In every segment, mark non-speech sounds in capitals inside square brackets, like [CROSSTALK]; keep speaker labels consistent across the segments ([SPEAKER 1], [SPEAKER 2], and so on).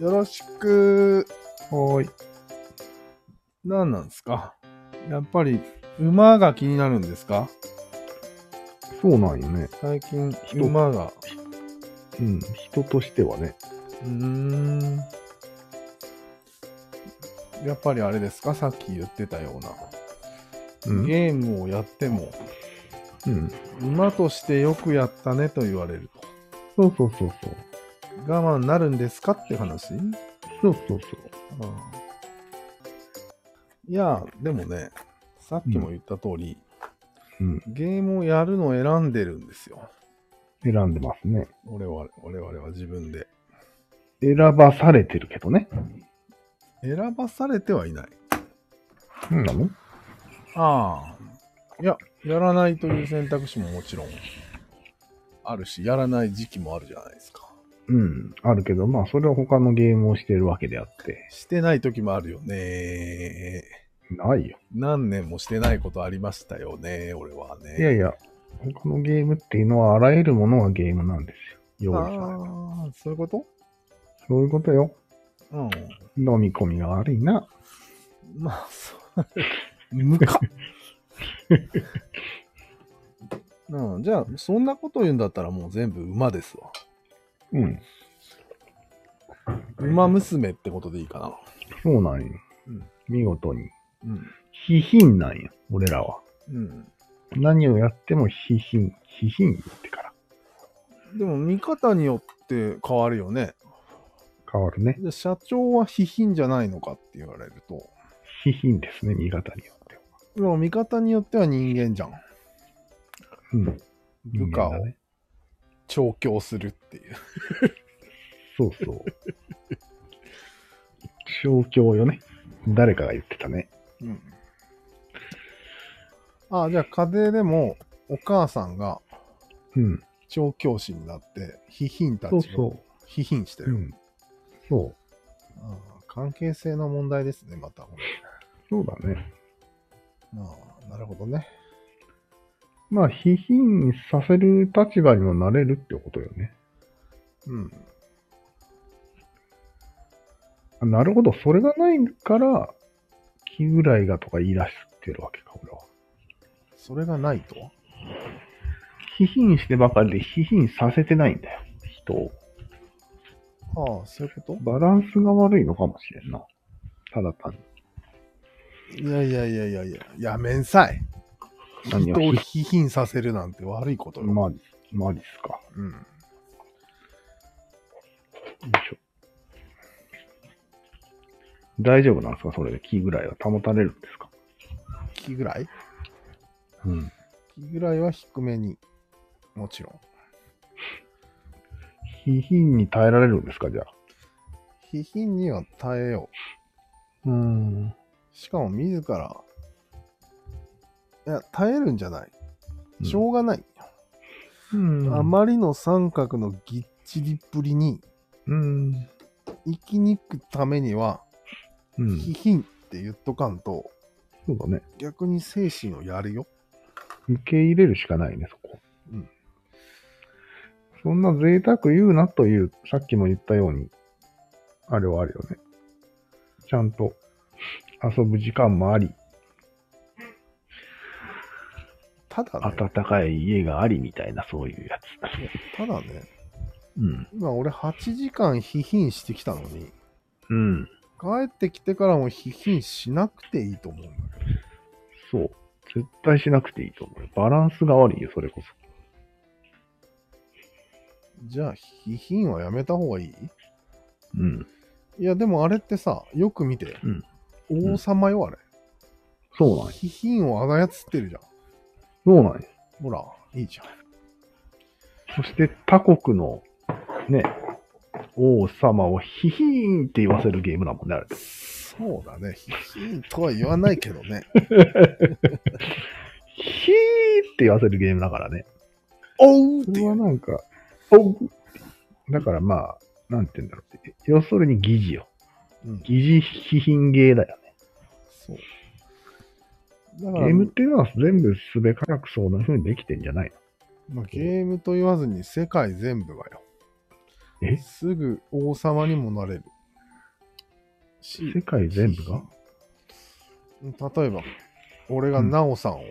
[SPEAKER 1] よろしく。
[SPEAKER 2] はーい。
[SPEAKER 1] 何なんですかやっぱり、馬が気になるんですか
[SPEAKER 2] そうなんよね。
[SPEAKER 1] 最近、
[SPEAKER 2] 人
[SPEAKER 1] 馬が。
[SPEAKER 2] うん。人としてはね。
[SPEAKER 1] うーん。やっぱりあれですかさっき言ってたよう
[SPEAKER 2] うん。
[SPEAKER 1] な。ゲームをやっても、
[SPEAKER 2] うん。
[SPEAKER 1] 馬としてよくやったねと言われると。
[SPEAKER 2] そうそうそうそう。
[SPEAKER 1] 我慢なるんですかって話うん
[SPEAKER 2] そうそう
[SPEAKER 1] いや、でもね、さっきも言った通り、
[SPEAKER 2] そう。うん。
[SPEAKER 1] ゲームをやるのを選んでるんですよ。
[SPEAKER 2] 選んでますね。
[SPEAKER 1] 俺は、我々は自分で。
[SPEAKER 2] 選ばされてるけどね。
[SPEAKER 1] 選ばされてはいない。
[SPEAKER 2] うんなの
[SPEAKER 1] ああ。いや、やらないという選択肢ももちろんあるし、やらない時期もあるじゃないですか。
[SPEAKER 2] うん。あるけど、まあ、それは他のゲームをしてるわけであって。
[SPEAKER 1] してない時もあるよね。
[SPEAKER 2] ないよ。
[SPEAKER 1] 何年もしてないことありましたよね、俺はね。
[SPEAKER 2] いやいや、他のゲームっていうのは、あらゆるものがゲームなんですよ。
[SPEAKER 1] あ
[SPEAKER 2] 用意された。
[SPEAKER 1] あ、そういうこと
[SPEAKER 2] そういうことよ。
[SPEAKER 1] うん。
[SPEAKER 2] 飲み込みが悪いな。
[SPEAKER 1] まあ、そう。む
[SPEAKER 2] [LAUGHS]
[SPEAKER 1] か。うん、じゃあ、そんなこと言うんだったらもう全部馬ですわ。
[SPEAKER 2] うん。
[SPEAKER 1] 馬娘ってことでいいかな。
[SPEAKER 2] そうなんよ。
[SPEAKER 1] うん
[SPEAKER 2] 見事に。
[SPEAKER 1] うん。
[SPEAKER 2] 非品なんよ、俺らは。
[SPEAKER 1] うん。
[SPEAKER 2] 何をやっても非品、非品言ってから
[SPEAKER 1] でも見方によって変わるよね。
[SPEAKER 2] 変わるね。
[SPEAKER 1] で社長は非品じゃないのかって言われると、
[SPEAKER 2] 非品ですね、見方によっては。
[SPEAKER 1] でも見方によっては人間じゃん。
[SPEAKER 2] うん。
[SPEAKER 1] 部下を
[SPEAKER 2] 人間だね。
[SPEAKER 1] 調教するっていう。
[SPEAKER 2] そうそう。 [LAUGHS] 調教よね。誰かが言ってたね。
[SPEAKER 1] うん。ああ、じゃあ家庭でもお母さんが
[SPEAKER 2] うん。
[SPEAKER 1] 調教師になって、非品たち
[SPEAKER 2] そう
[SPEAKER 1] を
[SPEAKER 2] そ
[SPEAKER 1] 非品して
[SPEAKER 2] う。う
[SPEAKER 1] る。
[SPEAKER 2] ん。そう。
[SPEAKER 1] ああ関係性の問題ですね、またこれ。
[SPEAKER 2] そうだね。
[SPEAKER 1] ああなるほどね。
[SPEAKER 2] まあ、非品させる立場にもなれるってことよね。
[SPEAKER 1] うん。
[SPEAKER 2] あなるほど。それがないから、気ぐらいがとか言い出してるわけか、俺は。
[SPEAKER 1] それがないと
[SPEAKER 2] 批評してばかりで批評させてないんだよ、人を。
[SPEAKER 1] ああ、そういうこと
[SPEAKER 2] バランスが悪いのかもしれんな。ただ単に。
[SPEAKER 1] いやいやいやいやいや、やめんさい。
[SPEAKER 2] 何
[SPEAKER 1] 人
[SPEAKER 2] を
[SPEAKER 1] を批評させるなんて悪いことよ。
[SPEAKER 2] マジ、マジっすか。よ
[SPEAKER 1] うん。
[SPEAKER 2] いしょ大丈夫なんですかそれで気ぐらいは保たれるんですか
[SPEAKER 1] 気ぐらい
[SPEAKER 2] うん。
[SPEAKER 1] 気ぐらいは低めに。もちろん。
[SPEAKER 2] 批評に耐えられるんですかじゃあ。
[SPEAKER 1] 批評には耐えよ
[SPEAKER 2] うーん。
[SPEAKER 1] う。しかも自ら。いや、耐えるんじゃない。しょうがない。
[SPEAKER 2] うん。
[SPEAKER 1] あまりの三角のぎっちりっぷりに
[SPEAKER 2] うん。
[SPEAKER 1] 生きにくためには、
[SPEAKER 2] うん。
[SPEAKER 1] 批評って言っとかんと、
[SPEAKER 2] そうだね。
[SPEAKER 1] 逆に精神をやるよ。
[SPEAKER 2] 受け入れるしかないね、そこ。
[SPEAKER 1] うん。
[SPEAKER 2] そんな贅沢言うなという、さっきも言ったように、あれはあるよね。ちゃんと遊ぶ時間もあり、
[SPEAKER 1] ただね、
[SPEAKER 2] 暖かい家がありみたいな、そういうやつ。
[SPEAKER 1] ただね、
[SPEAKER 2] うん。
[SPEAKER 1] 今俺8時間批評してきたのに、
[SPEAKER 2] うん。
[SPEAKER 1] 帰ってきてからも批評しなくていいと思うんだけど。
[SPEAKER 2] そう。絶対しなくていいと思うよ。バランスが悪いよ、それこそ。
[SPEAKER 1] じゃあ、批評はやめた方がいい
[SPEAKER 2] うん。
[SPEAKER 1] いや、でもあれってさ、よく見て、
[SPEAKER 2] うん
[SPEAKER 1] 王様よ、あれ。
[SPEAKER 2] そうなんよ。
[SPEAKER 1] 批評を操ってるじゃん。
[SPEAKER 2] そうなんよ。
[SPEAKER 1] ほら、いいじゃん。
[SPEAKER 2] そして他国の、ね、王様をヒヒーンって言わせるゲームだもんね、あれ。
[SPEAKER 1] そうだね、批評とは言わないけど
[SPEAKER 2] [LAUGHS]
[SPEAKER 1] ね。
[SPEAKER 2] ヒーって言わせるゲームだからね。
[SPEAKER 1] おうっ
[SPEAKER 2] そ
[SPEAKER 1] て
[SPEAKER 2] れ
[SPEAKER 1] い
[SPEAKER 2] は
[SPEAKER 1] う。
[SPEAKER 2] なんか、おうだからまあ、なんて言うんだろう。要するに疑似よ。
[SPEAKER 1] うん、
[SPEAKER 2] 疑似批評芸だよね。
[SPEAKER 1] そう。だか
[SPEAKER 2] ゲ
[SPEAKER 1] ら
[SPEAKER 2] ームっていうのは全部すべからくそうな風にできてんじゃない
[SPEAKER 1] まあ、ゲームと言わずに世界全部がよ。
[SPEAKER 2] え
[SPEAKER 1] すぐ王様にもなれる。し、
[SPEAKER 2] 世界全部が
[SPEAKER 1] 例えば、俺がナオさんを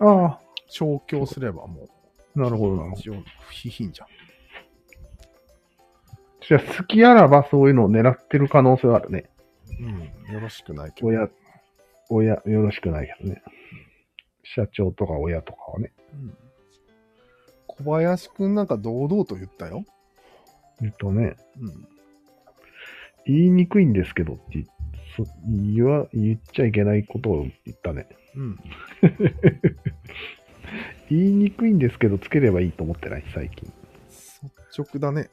[SPEAKER 2] ああ、
[SPEAKER 1] 調教すればも
[SPEAKER 2] なるほど、なる
[SPEAKER 1] う、
[SPEAKER 2] ほど。
[SPEAKER 1] 一応、ひひんじゃん。
[SPEAKER 2] じゃあ、好きあらばそういうのを狙ってる可能性はあるね。
[SPEAKER 1] うん、よろしくないけど。
[SPEAKER 2] 親、親、よろしくないけどね。社長とか親とかはね。
[SPEAKER 1] うん小林くんなんか堂々と言ったよ。
[SPEAKER 2] えっとね、
[SPEAKER 1] うん。
[SPEAKER 2] 言いにくいんですけどってそ言わ、言っちゃいけないことを言ったね。
[SPEAKER 1] うん。
[SPEAKER 2] 言いにくいんですけど、つければいいと思ってない、最近。
[SPEAKER 1] 率直だね。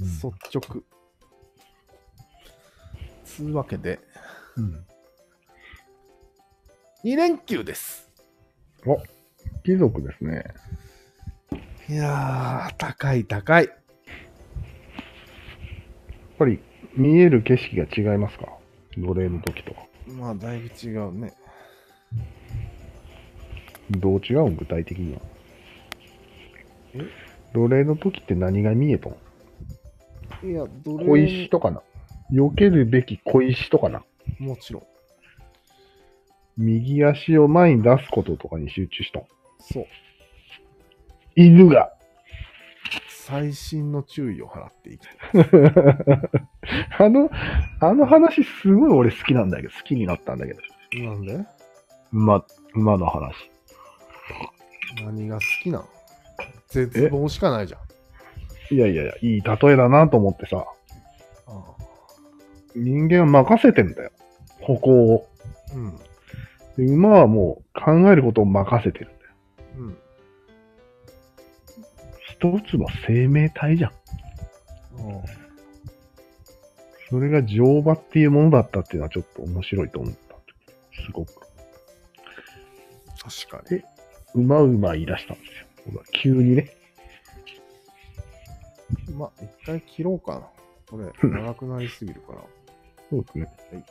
[SPEAKER 2] うん
[SPEAKER 1] 率直。つうわけで、
[SPEAKER 2] うん。
[SPEAKER 1] 2連休です。
[SPEAKER 2] 貴族ですね。
[SPEAKER 1] いやー、高い高い。
[SPEAKER 2] やっぱり見える景色が違いますか奴隷の時とか。
[SPEAKER 1] まあ、だいぶ違うね。
[SPEAKER 2] どう違うん具体的には
[SPEAKER 1] え。
[SPEAKER 2] 奴隷の時って何が見えたの
[SPEAKER 1] いや、どれ
[SPEAKER 2] 小石とかな。避けるべき小石とかな。
[SPEAKER 1] もちろん。
[SPEAKER 2] 右足を前に出すこととかに集中したの。
[SPEAKER 1] そう。
[SPEAKER 2] 犬が。 [LAUGHS]
[SPEAKER 1] 最新の注意を払っていきたい。
[SPEAKER 2] あの、あの話すごい俺好きなんだけど、好きになったんだけど。
[SPEAKER 1] なんで
[SPEAKER 2] 馬、馬の話。
[SPEAKER 1] 何が好きなの絶望しかないじゃん。
[SPEAKER 2] いやいやいや、いい例えだなと思ってさ、
[SPEAKER 1] あ
[SPEAKER 2] 人間は任せてんだよ。歩行を。
[SPEAKER 1] あうん。
[SPEAKER 2] で馬はもう考えることを任せてるんだよ。
[SPEAKER 1] うん。
[SPEAKER 2] 一つの生命体じゃん。
[SPEAKER 1] ああ
[SPEAKER 2] それが乗馬っていうものだったっていうのはちょっと面白いと思った。すごく。
[SPEAKER 1] 確かに。
[SPEAKER 2] 馬馬言い出したんですよ。俺は急にね。
[SPEAKER 1] [LAUGHS] まあ、一回切ろうかな。これ、長くなりすぎるから。
[SPEAKER 2] そうですね。
[SPEAKER 1] はい